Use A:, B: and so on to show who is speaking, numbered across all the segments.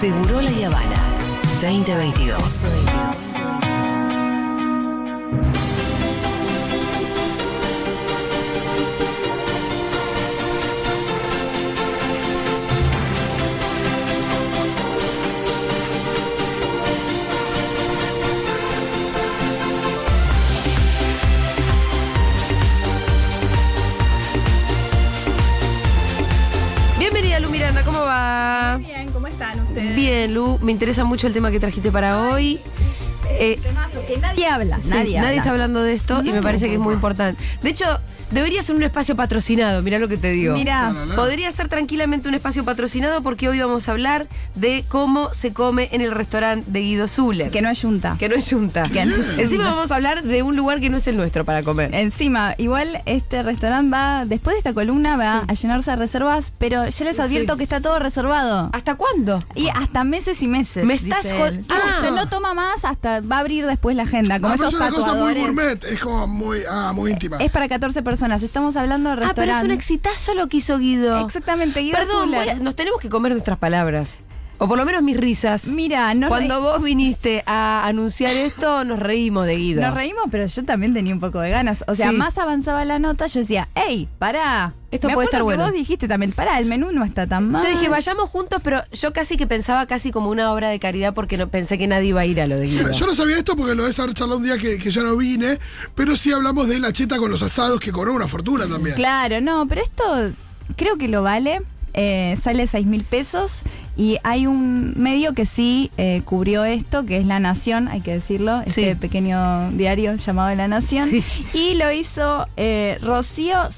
A: Seguro la Habana 2022.
B: Bienvenida, Lu Miranda, ¿cómo va?
C: Bien, ¿cómo están ustedes?
B: Bien, Lu, me interesa mucho el tema que trajiste para hoy. Eh,
C: Temazo, que nadie habla.
B: sí, nadie, está hablando de esto y me parece que es muy importante. De hecho, debería ser un espacio patrocinado, mirá lo que te digo.
C: Mirá.
B: Podría ser tranquilamente un espacio patrocinado porque hoy vamos a hablar de cómo se come en el restaurante de Guido Zuller.
C: Que no es yunta.
B: Que no es yunta.
C: Que no es Eh, yunta.
B: Encima vamos a hablar de un lugar que no es el nuestro para comer.
C: Encima, igual este restaurante va, después de esta columna va a llenarse de reservas, pero ya les advierto
B: Sí.
C: que está todo reservado.
B: ¿Hasta cuándo?
C: Y hasta meses y meses.
B: Me estás
C: dice
B: jod-
C: él. Sí,
B: Ah.
C: Usted no toma más, hasta va a abrir después la agenda. Como
D: Ah, pero
C: esos
D: es una cosa muy
C: tatuadores.
D: gourmet, es como muy, ah, muy íntima.
C: es para 14 personas. Estamos hablando de
B: Ah, pero es un
C: restaurante.
B: exitazo lo que hizo Guido.
C: Exactamente, Guido
B: Perdón,
C: Zuller.
B: voy a- nos tenemos que comer nuestras palabras. O por lo menos mis risas.
C: Mira, nos,
B: Cuando
C: re-
B: vos viniste a anunciar esto, nos reímos de Guido.
C: nos reímos, pero yo también tenía un poco de ganas. O sea,
B: Sí.
C: más avanzaba la nota, yo decía, hey, pará.
B: Esto
C: Me
B: puede
C: acuerdo
B: estar
C: que
B: bueno.
C: vos dijiste también, pará, el menú no está tan mal.
B: Yo dije, vayamos juntos, pero yo casi que pensaba casi como una obra de caridad porque no, pensé que nadie iba a ir a lo de Guido.
D: Yo no sabía esto porque lo de haber charlado un día que, que yo no vine, pero sí hablamos de la cheta con los asados que cobró una fortuna también.
C: Claro, no, pero esto creo que lo vale. Eh, sale 6 mil pesos y hay un medio que sí eh, cubrió esto, que es La Nación, hay que decirlo, este
B: Sí.
C: pequeño diario llamado La Nación.
B: Sí.
C: Y lo hizo eh, Rocío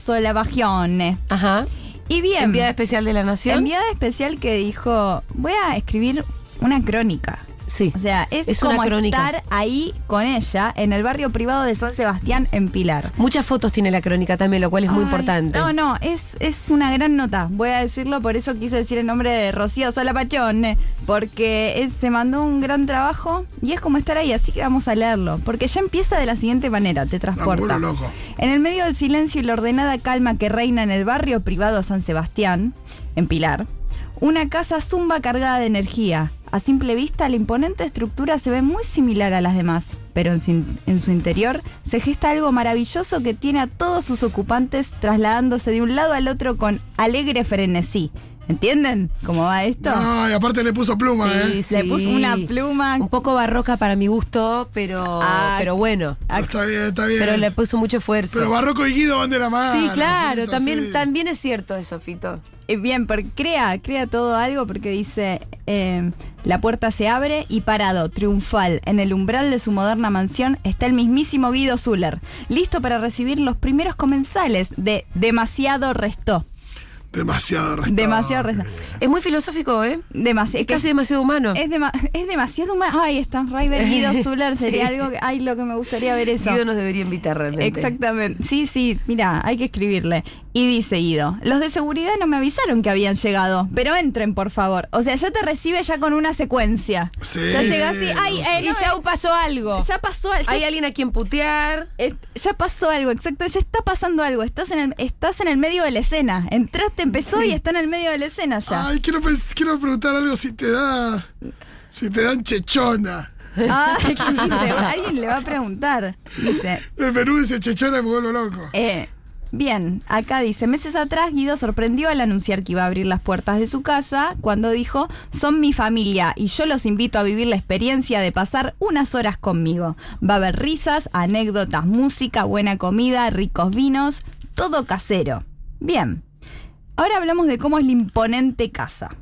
C: Solabagione.
B: Ajá.
C: Y bien,
B: Enviada especial de la Nación.
C: enviada especial que dijo, voy a escribir una crónica.
B: Sí.
C: O sea, es,
B: Es una
C: como
B: crónica.
C: estar ahí con ella en el barrio privado de San Sebastián en Pilar.
B: Muchas fotos tiene la crónica también, lo cual es muy
C: Ay,
B: importante.
C: No, no, es, es una gran nota. Voy a decirlo, por eso quise decir el nombre de Rocío Solapachón, eh, porque es- se mandó un gran trabajo y es como estar ahí, así que vamos a leerlo. Porque ya empieza de la siguiente manera, te transporta.
D: Apuro loco.
C: En el medio del silencio y la ordenada calma que reina en el barrio privado San Sebastián, en Pilar, una casa zumba cargada de energía. A simple vista, la imponente estructura se ve muy similar a las demás, pero en, sin- en su interior se gesta algo maravilloso que tiene a todos sus ocupantes trasladándose de un lado al otro con alegre frenesí. ¿Entienden cómo va esto?
D: Ay, aparte le puso pluma,
B: Sí,
D: ¿eh?
B: sí.
C: Le puso una pluma.
B: Un poco barroca para mi gusto, pero,
C: Ah.
B: pero bueno.
C: Ah,
D: Está bien, está bien.
B: Pero
D: Pero,
B: le puso mucho esfuerzo.
D: Barroco y Guido van de la
C: Ah,
D: mano.
B: sí, claro,
D: Fito,
B: también,
D: sí.
B: también es cierto eso, Fito.
C: Eh, Bien, porque crea, crea todo algo porque dice, eh, la puerta se abre y parado, triunfal, en el umbral de su moderna mansión está el mismísimo Guido Zuller, listo para recibir los primeros comensales de Demasiado Restó.
D: Demasiado restado.
C: Demasiado Restó.
B: Es muy filosófico, ¿eh?
C: Demasi-
B: Es
C: que-
B: casi demasiado humano.
C: es dema- es demasiado humano. Ay, Stan River, Guido Zuller, sería
B: Sí.
C: algo que... Ay, lo que me gustaría ver eso.
B: Guido nos debería invitar realmente.
C: Exactamente. Sí, sí, mira, hay que escribirle. Y dice Guido, los de seguridad no me avisaron que habían llegado, pero entren, por favor. O sea, ya te recibe ya con una secuencia.
D: Sí.
C: Ya llegas y, ay, eh,
B: Y
C: no,
B: ya pasó algo.
C: eh, ya pasó algo.
B: Hay
C: Ya,
B: alguien a quien putear.
C: eh, ya pasó algo, exacto. Ya está pasando algo. Estás en el, estás en el medio de la escena. Entraste, empezó y está en el medio de la escena ya.
D: Ay, quiero, pens- quiero preguntar algo si te da. Si te dan chechona.
C: Ay, Ah, ¿qué dice? Alguien le va a preguntar. Dice,
D: El menú dice chechona y me vuelvo loco.
C: Eh, bien, acá dice, meses atrás Guido sorprendió al anunciar que iba a abrir las puertas de su casa cuando dijo, son mi familia y yo los invito a vivir la experiencia de pasar unas horas conmigo. Va a haber risas, anécdotas, música, buena comida, ricos vinos, todo casero. Bien, ahora hablamos de cómo es la imponente casa.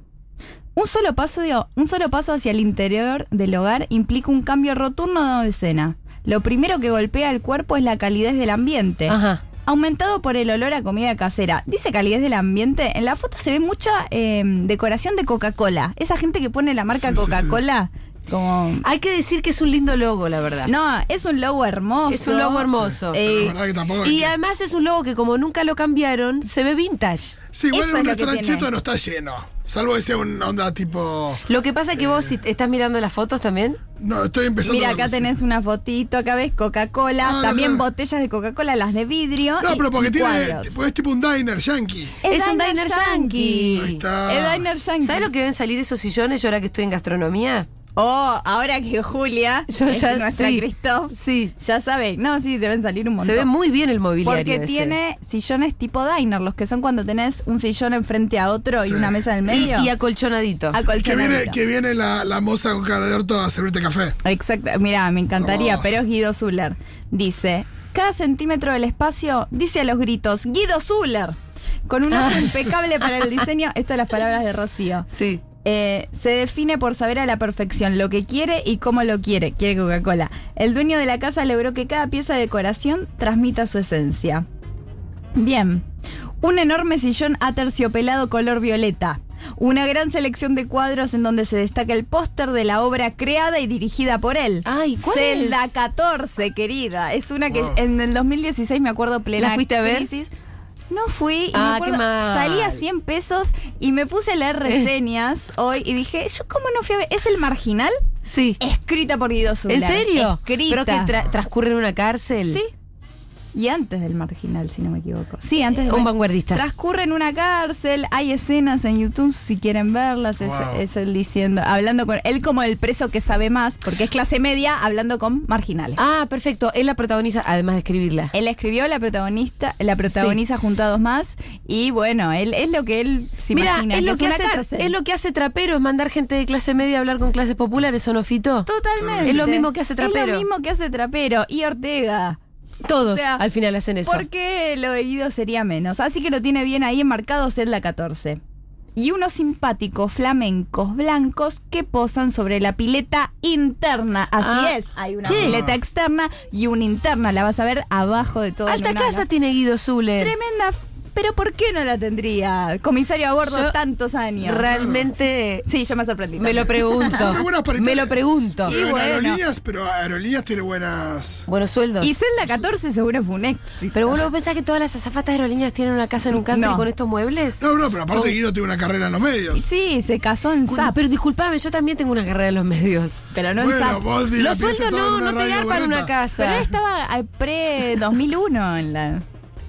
C: Un solo, paso de- un solo paso hacia el interior del hogar implica un cambio rotundo de escena. Lo primero que golpea el cuerpo es la calidez del ambiente.
B: Ajá.
C: Aumentado por el olor a comida casera. Dice calidez del ambiente. em, En la foto se ve mucha eh, decoración de Coca-Cola. Esa gente que pone la marca
D: Sí, sí, sí.
C: Coca-Cola Como...
B: Hay que decir que es un lindo logo, la verdad.
C: No, es un logo hermoso.
B: Es un logo hermoso.
C: Eh,
D: Pero la verdad que tampoco.
B: Y además es un logo que como nunca lo cambiaron, se ve vintage.
D: sí, igual
C: eso
D: un
C: es lo que
D: restaurante
C: tiene.
D: cheto no está lleno. Salvo que sea una onda tipo.
B: Lo que pasa es que vos si estás mirando las fotos también.
D: No, estoy empezando.
C: Mira,
D: a
C: acá
D: alucinar.
C: tenés una fotito, acá ves Coca-Cola,
D: Ah, no,
C: también
D: claro.
C: botellas de Coca-Cola, las de vidrio.
D: No,
C: y-
D: pero porque
C: y
D: tiene.
C: cuadros.
D: pues es tipo un diner yankee.
B: Es un diner yankee.
D: Ahí está.
C: Es Diner Yankee.
B: ¿Sabes lo que deben salir esos sillones yo ahora que estoy en gastronomía?
C: Oh, ahora que Julia,
B: Yo
C: Este es
B: ya-
C: nuestra
B: sí,
C: Christoph,
B: sí.
C: ya sabe. No, sí, deben salir un montón.
B: Se ve muy bien el mobiliario.
C: porque
B: ese.
C: tiene sillones tipo diner, los que son cuando tenés un sillón enfrente a otro
D: Sí.
C: y una mesa en el
B: Y,
C: medio.
B: y acolchonadito.
C: a
D: Que
C: cualquier
D: viene,
C: ladito.
D: que viene la, la moza con cara de orto a servirte café.
C: Exacto, mira, me encantaría,
D: Hermoso.
C: pero es Guido Zuller. Dice, cada centímetro del espacio dice a los gritos, Guido Zuller, con un ojo impecable para el diseño, esto las palabras de Rocío.
B: Sí.
C: Eh, se define por saber a la perfección lo que quiere y cómo lo quiere, quiere Coca-Cola. El dueño de la casa logró que cada pieza de decoración transmita su esencia. Bien, un enorme sillón aterciopelado color violeta. Una gran selección de cuadros en donde se destaca el póster de la obra creada y dirigida por él.
B: Ay, ¿cuál
C: Zelda
B: es?
C: 14, querida. Es una que
D: Wow.
C: en el 2016 me acuerdo plena
B: ¿La fuiste a ver?
C: crisis. No fui y
B: Ah,
C: me acuerdo,
B: qué mal.
C: salí a 100 pesos y me puse a leer reseñas hoy y dije, ¿yo cómo no fui a ver? ¿Es el marginal?
B: Sí.
C: Escrita por Guido
B: ¿En
C: Zuller.
B: serio?
C: Escrita.
B: Pero que tra- transcurre en una cárcel.
C: Sí. Y antes del marginal, si no me equivoco. Sí, antes del
B: Eh, Un
C: mar-
B: vanguardista.
C: Transcurre en una cárcel, hay escenas en YouTube si quieren verlas, es,
D: Wow.
C: es él diciendo, hablando con él como el preso que sabe más, porque es clase media, hablando con marginales.
B: ah, perfecto. Él la protagoniza, además de escribirla.
C: Él escribió la protagonista, la protagoniza junto a dos más, y bueno, él es lo que él se
B: Mira,
C: imagina.
B: es, lo
C: es
B: que
C: una
B: hace,
C: cárcel.
B: es lo que hace trapero, es mandar gente de clase media a hablar con clases populares, ¿o no, Fito?
C: Totalmente.
B: Es lo mismo que hace
C: Es
B: Trapero.
C: lo mismo que hace Trapero y Ortega.
B: Todos
C: O sea,
B: al final hacen eso.
C: Porque lo de Guido sería menos. Así que lo tiene bien ahí enmarcado Zelda 14. Y unos simpáticos flamencos blancos que posan sobre la pileta interna. Así
B: Ah,
C: es. Hay una
B: sí.
C: pileta externa y una interna. La vas a ver abajo de todo. en
B: Alta
C: una
B: casa
C: ala.
B: tiene Guido Zuller.
C: Tremenda. f- Pero ¿por qué no la tendría? Comisario a bordo
B: Yo
C: tantos años.
B: Realmente
C: sí, yo me sorprendí.
B: me lo
C: también.
B: pregunto.
D: Muy buenas para
B: me
D: Italia.
B: lo pregunto.
D: Pero en
C: bueno.
D: aerolíneas, pero aerolíneas tiene buenas.
B: Buenos sueldos.
C: Y Zelda 14 seguro fue un éxito.
B: Pero vos no pensás que todas las azafatas aerolíneas tienen una casa en un country
C: No.
B: con estos muebles.
D: No, no, pero aparte
B: Con-
D: Guido tiene una carrera en los medios.
C: Oh. Sí, se casó en
B: Cu-
C: Zap.
B: Ah, Pero disculpame, yo también tengo una carrera en los medios.
C: Pero no en
D: bueno,
C: Zap.
D: vos
B: Los
D: dilapidaste
B: sueldos
D: todo en
B: no,
D: una
B: no te
D: radio
B: dan para una
D: barata.
C: Pero
B: casa.
C: él estaba al pre 2001 en la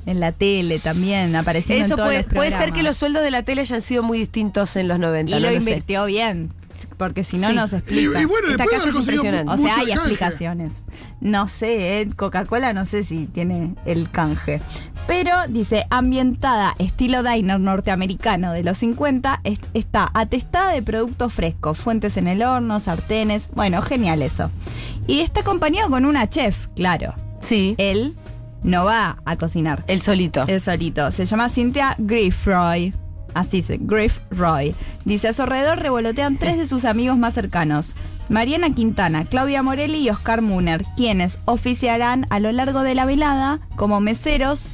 C: en la tele también apareciendo
B: Eso
C: en todos
B: puede,
C: los
B: puede ser
C: programas.
B: que los sueldos de la tele hayan sido muy distintos en los 90.
C: y
B: no
C: lo
B: lo sé.
C: invirtió bien porque si no
B: Sí.
C: nos
D: Y, y
C: explica.
B: Esta
D: bueno, después de
B: casa
D: haber
B: es
D: conseguido mu-
B: impresionante.
C: o
D: mucho
C: sea, hay
D: de canje.
C: explicaciones. No sé, eh, Coca-Cola no sé si tiene el canje. Pero dice, ambientada estilo diner norteamericano de los 50, es- está atestada de productos frescos, fuentes en el horno, sartenes, bueno, genial eso. Y está acompañado con una chef, claro.
B: Sí,
C: él no va a cocinar
B: el solito.
C: él solito. Se llama Cynthia Griffroy. Así se, Griffroy. Dice, a su alrededor revolotean tres de sus amigos más cercanos. Mariana Quintana, Claudia Morelli y Oscar Muner, quienes oficiarán a lo largo de la velada como meseros,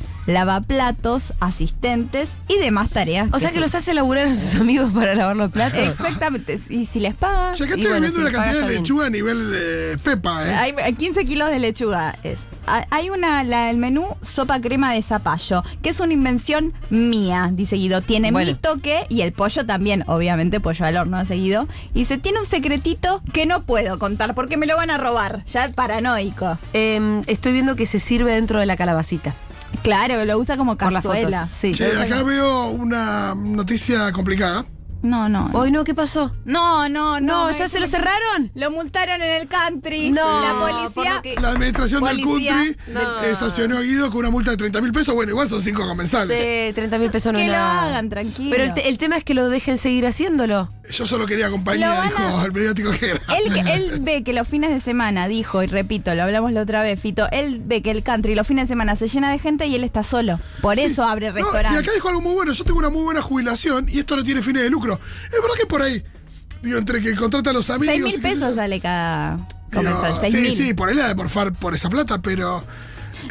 C: lavaplatos, asistentes y demás tareas.
B: o sea que los hace laburar a sus amigos para lavar los platos.
C: Eh. Exactamente. Y si les pagan...
D: Ya que
B: Y
D: estoy
B: bueno,
D: viendo
B: si
D: una
B: le
D: cantidad
B: pagas,
D: de
B: está
D: lechuga a nivel eh, Pepa, ¿eh?
C: Hay 15 kilos de lechuga. Es. Ah, Hay una, la del menú, sopa crema de zapallo, que es una invención mía, dice Guido. Tiene mi
B: Bueno.
C: toque y el pollo también, obviamente, pollo al horno, seguido. Y se tiene un secretito que no puedo contar porque me lo van a robar. Ya es paranoico.
B: Em, estoy viendo que se sirve dentro de la calabacita.
C: Claro, lo usa como
B: Por las
C: cazuela.
B: fotos. Sí.
D: Che, acá veo una noticia complicada.
C: No, no.
B: Hoy no, ¿qué pasó?
C: No, no, no.
B: No,
C: me-
B: ¿ya se lo cerraron?
C: Lo multaron en el country.
B: No,
C: la
B: por
C: policía.
B: lo que-
D: La administración
C: Policía.
D: del country
B: No.
D: eh, sancionó a Guido con una multa de 30 mil pesos. Bueno, igual son cinco comensales.
B: Sí, 30 mil pesos no
C: que
B: es
C: lo
B: nada.
C: hagan, tranquilo.
B: Pero este, el, te- el tema es que lo dejen seguir haciéndolo.
D: Yo solo quería
C: Lo
D: compañía,
C: van
D: dijo
C: a-
D: el mediático que era.
C: Él, él ve que los fines de semana, dijo, y repito, lo hablamos la otra vez, Fito, él ve que el country los fines de semana se llena de gente y él está solo. Por eso abre
D: No, y
C: restaurante.
D: acá dijo algo muy bueno. Yo tengo una muy buena jubilación y esto no tiene fines de lucro. Es verdad que por ahí, digo, entre que contrata a los amigos...
C: Seis
D: y
C: mil
D: qué sé
C: pesos
D: yo.
C: sale cada
D: Digo,
C: comensal. seis
D: sí,
C: mil.
D: sí, por ahí la de morfar por esa plata, pero...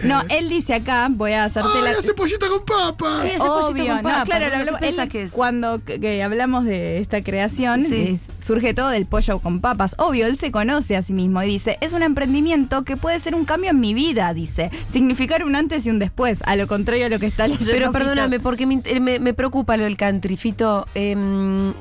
C: No, él dice acá, voy a hacerte
D: ¡Ay,
C: la.
D: hace pollita con papas!
B: Sí, hace pollito
C: Obvio,
B: con
C: no,
B: papa,
C: claro,
B: ¿qué
C: lo hablamos,
B: pensás
C: él-
B: que es?
C: cuando que- que hablamos de esta creación,
B: Sí.
C: es- surge todo del pollo con papas. Obvio, él se conoce a sí mismo y dice, es un emprendimiento que puede ser un cambio en mi vida, dice, significar un antes y un después, a lo contrario a lo que está leyendo.
B: Pero
C: Fito.
B: perdóname, porque me, inter- me- me preocupa lo del country, Fito. Em,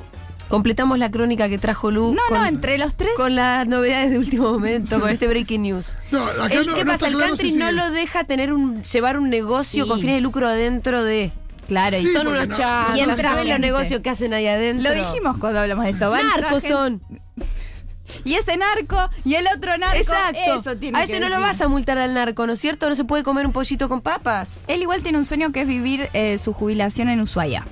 B: completamos la crónica que trajo Lu.
C: No,
B: con-
C: no, entre los tres...
B: con las novedades de último momento, con este breaking news.
D: No, acá
B: El-
D: no-
B: ¿Qué
D: no
B: pasa?
D: está
B: el
D: claro
B: country
D: si
B: no
D: sigue.
B: lo deja tener un, llevar un negocio
C: Sí.
B: con fines de lucro adentro de.
C: Claro,
D: Sí,
C: y
B: son
D: porque
B: unos
D: no-
B: chacos,
C: Y
B: no
C: entra
B: saben los
C: gente.
B: negocios que hacen ahí adentro.
C: Lo dijimos cuando hablamos de esto, ¿va? Entra
B: Narcos
C: gente-
B: son.
C: Y ese narco y el otro narco.
B: Exacto.
C: Eso tiene
B: a
C: que
B: ese no lo
C: decir.
B: vas a multar al narco, ¿no es cierto? No se puede comer un pollito con papas.
C: Él igual tiene un sueño que es vivir eh, su jubilación en Ushuaia.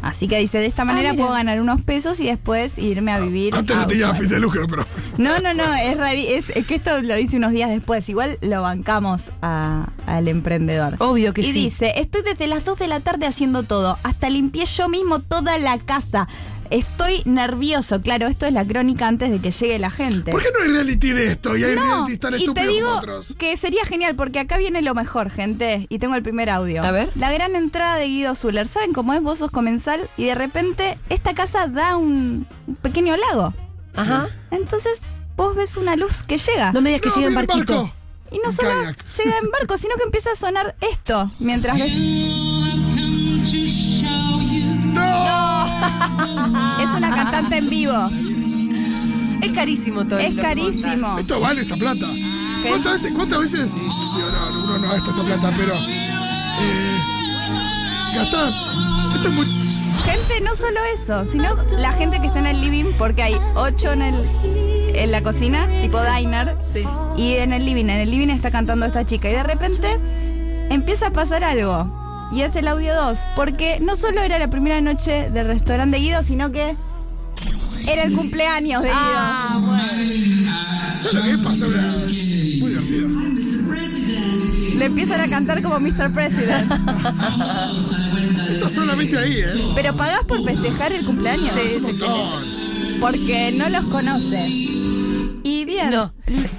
C: Así que dice, de esta manera
B: Ah, mira.
C: puedo ganar unos pesos y después irme a vivir.
D: Ah, Antes
C: a
D: no tenía
C: Ushuaia".
D: fin de lucro, pero.
C: No, no, no, es, rari- es, es que esto lo dice unos días después. Igual lo bancamos a- al emprendedor.
B: Obvio que sí.
C: y dice, estoy desde las 2 de la tarde haciendo todo. Hasta limpié yo mismo toda la casa. Estoy nervioso. Claro, esto es la crónica antes de que llegue la gente.
D: ¿Por qué no hay reality de esto? Y hay
C: No,
D: reality tan
C: y te
D: estúpidos como
C: digo
D: otros.
C: que sería genial porque acá viene lo mejor, gente. Y tengo el primer audio.
B: A ver.
C: La gran entrada de Guido Zuller. ¿Saben cómo es? Vos sos comensal y de repente esta casa da un un pequeño lago.
B: Ajá.
C: Entonces vos ves una luz que llega.
B: No me digas que
D: No,
B: llega en
D: mira,
B: barquito.
D: Marco.
C: y no
D: un
C: solo
D: kayak.
C: llega en barco, sino que empieza a sonar esto mientras ves.
D: ¡No!
C: Es una cantante en vivo.
B: Es carísimo todo
C: Es
B: lo que montan.
C: carísimo.
D: Esto vale esa plata. ¿Cuántas veces? ¿Cuántas veces? Digo, no, no, uno no gasta esa plata, pero. Eh, gastar. Esto es muy.
C: Gente, no solo eso, sino la gente que está en el living, porque hay ocho en, el, en la cocina, tipo diner,
B: Sí.
C: y en el living, en el living está cantando esta chica y de repente empieza a pasar algo. Y es el audio 2, porque no solo era la primera noche del restaurante de Guido, sino que era el cumpleaños de Guido.
B: Ah.
D: ¿Sabes lo que es pasar una- Muy divertido.
C: Le empiezan a cantar como Mr. President.
D: Esto solamente ahí, ¿eh?
C: Pero pagás por festejar el cumpleaños.
B: Sí,
D: Un
B: sí, sí.
D: montón.
C: Porque no los conoce. Y bien.
B: No,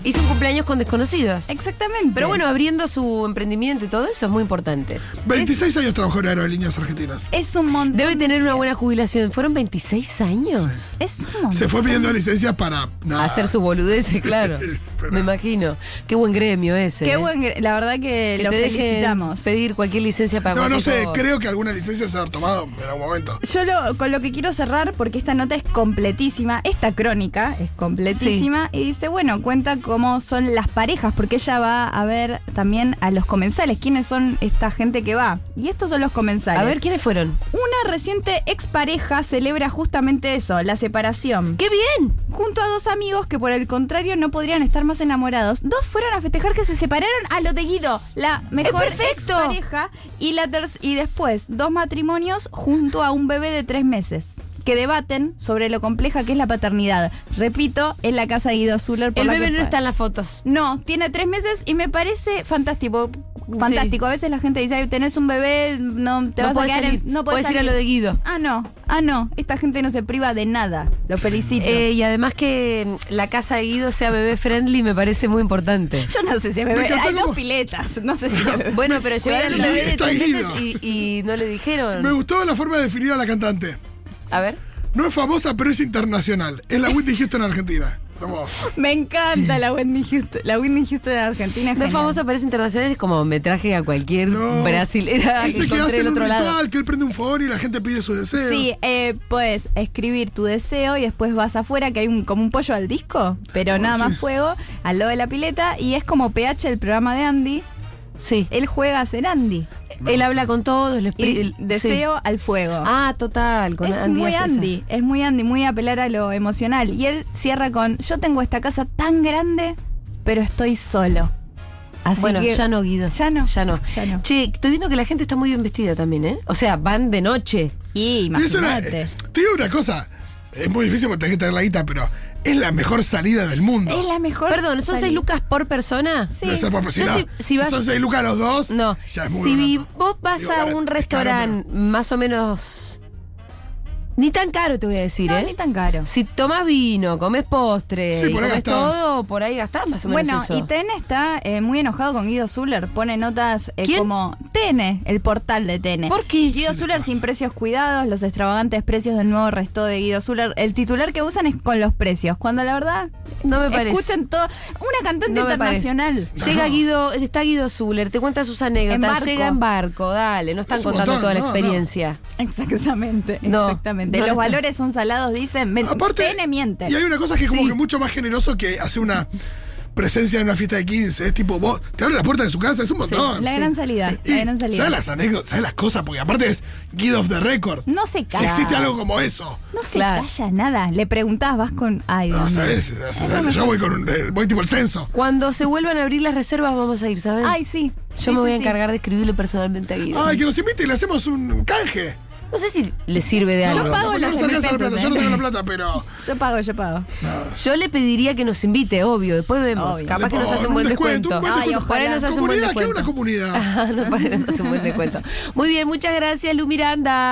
B: hizo un cumpleaños con desconocidos.
C: Exactamente.
B: Pero bueno, abriendo su emprendimiento y todo eso es muy importante.
D: 26 años trabajó en aerolíneas argentinas.
C: es un montón.
B: Debe tener una buena jubilación. Fueron 26 años.
C: Es un montón.
D: Se fue pidiendo licencias para. nada.
B: Hacer su boludez, sí, claro.
D: Pero-
B: Me imagino. Qué buen gremio ese.
C: Qué
B: eh.
C: buen. gre- La verdad que,
B: Que
C: lo
B: te dejen
C: felicitamos.
B: pedir cualquier licencia para
D: No, no
B: cualquier
D: sé,
B: cosa.
D: creo que alguna licencia se haber tomado en algún momento.
C: Yo lo- con lo que quiero cerrar, porque esta nota es completísima, esta crónica es completísima, y dice, bueno, cuenta cómo son las parejas, porque ella va a ver también a los comensales, quiénes son esta gente que va. Y estos son los comensales.
B: A ver, ¿quiénes fueron?
C: una reciente expareja celebra justamente eso, la separación.
B: ¡Qué bien!
C: Junto a dos amigos que por el contrario no podrían estar más enamorados. Dos fueron a festejar que se separaron a lo de Guido, la mejor
B: perfecto!
C: pareja. Y, la ter- y después, dos matrimonios junto a un bebé de tres meses. Que debaten sobre lo compleja que es la paternidad. Repito, en la casa de Guido Zuller. por
B: El
C: la que
B: bebé no
C: fue.
B: está en las fotos.
C: No, tiene tres meses y me parece fantástico. Fantástico. A veces la gente dice, "Ay, tenés un bebé, no te
B: No
C: vas a
B: podés
C: quedar en-
B: salir.
C: no podés
B: Podés ir a
C: salir".
B: lo de Guido.
C: Ah, no. Ah, no. Esta gente no se priva de nada. Lo felicito.
B: Eh, y además que mm, la casa de Guido sea bebé friendly me parece muy importante.
C: Yo no sé si es bebé.
D: Me encantó
C: Hay dos
D: cómo-
C: piletas. No sé si es bebé.
B: Bueno, pero
D: Cuidado,
B: llevaron un bebé de
D: está
B: tres meses
D: Guido.
B: y, y no le
D: Me
B: dijeron.
D: gustó la forma de definir a la cantante.
B: A ver.
D: No es famosa, pero es internacional. Es la Whitney Houston Argentina. Hermoso.
C: Me encanta la Whitney Houston. La Whitney Houston de Argentina. es
B: No
C: genial.
B: es famosa, pero es internacional. Es como me traje a cualquier
D: No.
B: brasilera que
D: Dice que
B: encontré
D: hacen
B: del
D: un
B: otro
D: ritual,
B: lado.
D: que él prende un favor y la gente pide su deseo.
C: Sí, eh, puedes escribir tu deseo y después vas afuera, que hay un, como un pollo al disco,
D: Oh,
C: pero nada más fuego, al lado de la pileta, y es como PH el programa de Andy.
B: Sí.
C: Él juega a ser Andy.
B: Él habla con todos. Les
C: Y
B: pri- el-
C: deseo
B: sí.
C: al fuego.
B: Ah, total. Con
C: es
B: Andy
C: muy
B: hace esa.
C: Andy, es muy Andy, muy apelar a lo emocional. Y él cierra con, yo tengo esta casa tan grande, pero estoy solo. Así
B: bueno,
C: que-
B: ya no, Guido.
C: Ya no.
B: Ya no.
C: Ya no.
B: Che, estoy viendo que la gente está muy bien vestida también, ¿eh? O sea, van de noche.
C: Y
D: Y eh, es una-
C: imagínate.
D: te digo una cosa. Es muy difícil porque tenés que tener la guita, pero es la mejor salida del mundo.
C: Es la mejor.
B: Perdón, ¿son
C: salida.
B: seis lucas por persona?
C: Sí.
D: Debe ser por- si
B: Yo
D: no,
B: si- si
D: si
B: vas-
D: son seis lucas los dos,
B: No.
D: ya es muy
B: si
D: barato.
B: vos vas
D: Digo,
B: a
D: barato,
B: un
D: es caro,
B: restaurante más o menos Ni tan caro te voy a decir,
C: No,
B: ¿eh?
C: ni tan caro.
B: Si tomás vino, comes postre,
D: Sí,
B: y
D: por ahí
B: comes
D: gastás.
B: todo, por ahí gastás más o menos
C: Bueno,
B: eso.
C: y Tene está eh, muy enojado con Guido Zuller. Pone notas eh,
B: ¿Quién?
C: como Tene, el portal de Tene.
B: ¿Por qué?
C: Guido Zuller sin precios cuidados, los extravagantes precios del nuevo resto de Guido Zuller. El titular que usan es con los precios, cuando la verdad.
B: No me parece.
C: Escuchen todo. Una cantante
B: No me parece.
C: internacional.
B: Llega Guido, está Guido Zuller, te cuenta sus anécdotas,
C: barco.
B: llega en barco, dale, no están
D: Es un
B: contando
D: montón,
B: toda la
D: no, no.
B: experiencia.
C: Exactamente,
B: No,
C: exactamente.
B: no
C: los
B: lo está.
C: valores son salados, dicen. Me-
D: Aparte,
C: Tene eh, miente.
D: Y hay una cosa que es como
B: Sí.
D: que mucho más generoso que hacer una presencia en una fiesta de 15. Es tipo, vos te abres la puerta de su casa, es un montón.
C: La gran salida, la gran
D: ¿Sabes
C: salida.
D: las anécdotas? ¿Sabes las cosas? Porque aparte es Guido of the Record.
C: No se
D: Si
C: calla.
D: existe algo como eso.
C: No se
B: Claro.
C: calla nada. Le preguntás, vas con. Ay,
D: No,
C: Dios mío.
D: ¿sabes? ¿sabes? Yo voy con un. eh, Voy tipo el censo.
B: Cuando se vuelvan a abrir las reservas vamos a ir, ¿sabes?
C: Ay, sí.
B: Yo
C: Sí,
B: me voy
C: sí,
B: a
C: sí.
B: encargar de escribirle personalmente a Guido.
D: Ay, que nos invite y le hacemos un canje.
B: No sé si le sirve de
C: Yo
B: algo.
C: pago
D: no,
C: los
D: nos
C: 100.000
D: alcanza la
C: pesos,
D: plata. Yo no
C: ¿eh?
D: tengo la plata, pero.
C: Yo pago, yo pago.
B: Yo le pediría que nos invite, obvio, después vemos.
C: Obvio.
B: Capaz que nos
D: No,
B: hacen
D: un
B: buen
D: descuento,
B: descuento.
D: un buen
C: Ay, descuento.
B: Por ahí
C: ojalá.
B: nos hacen buen
D: Comunidad, que
B: descuento.
D: una comunidad.
B: Ah, no, por ahí nos hacen buen descuento. Muy bien, muchas gracias, Lu Miranda.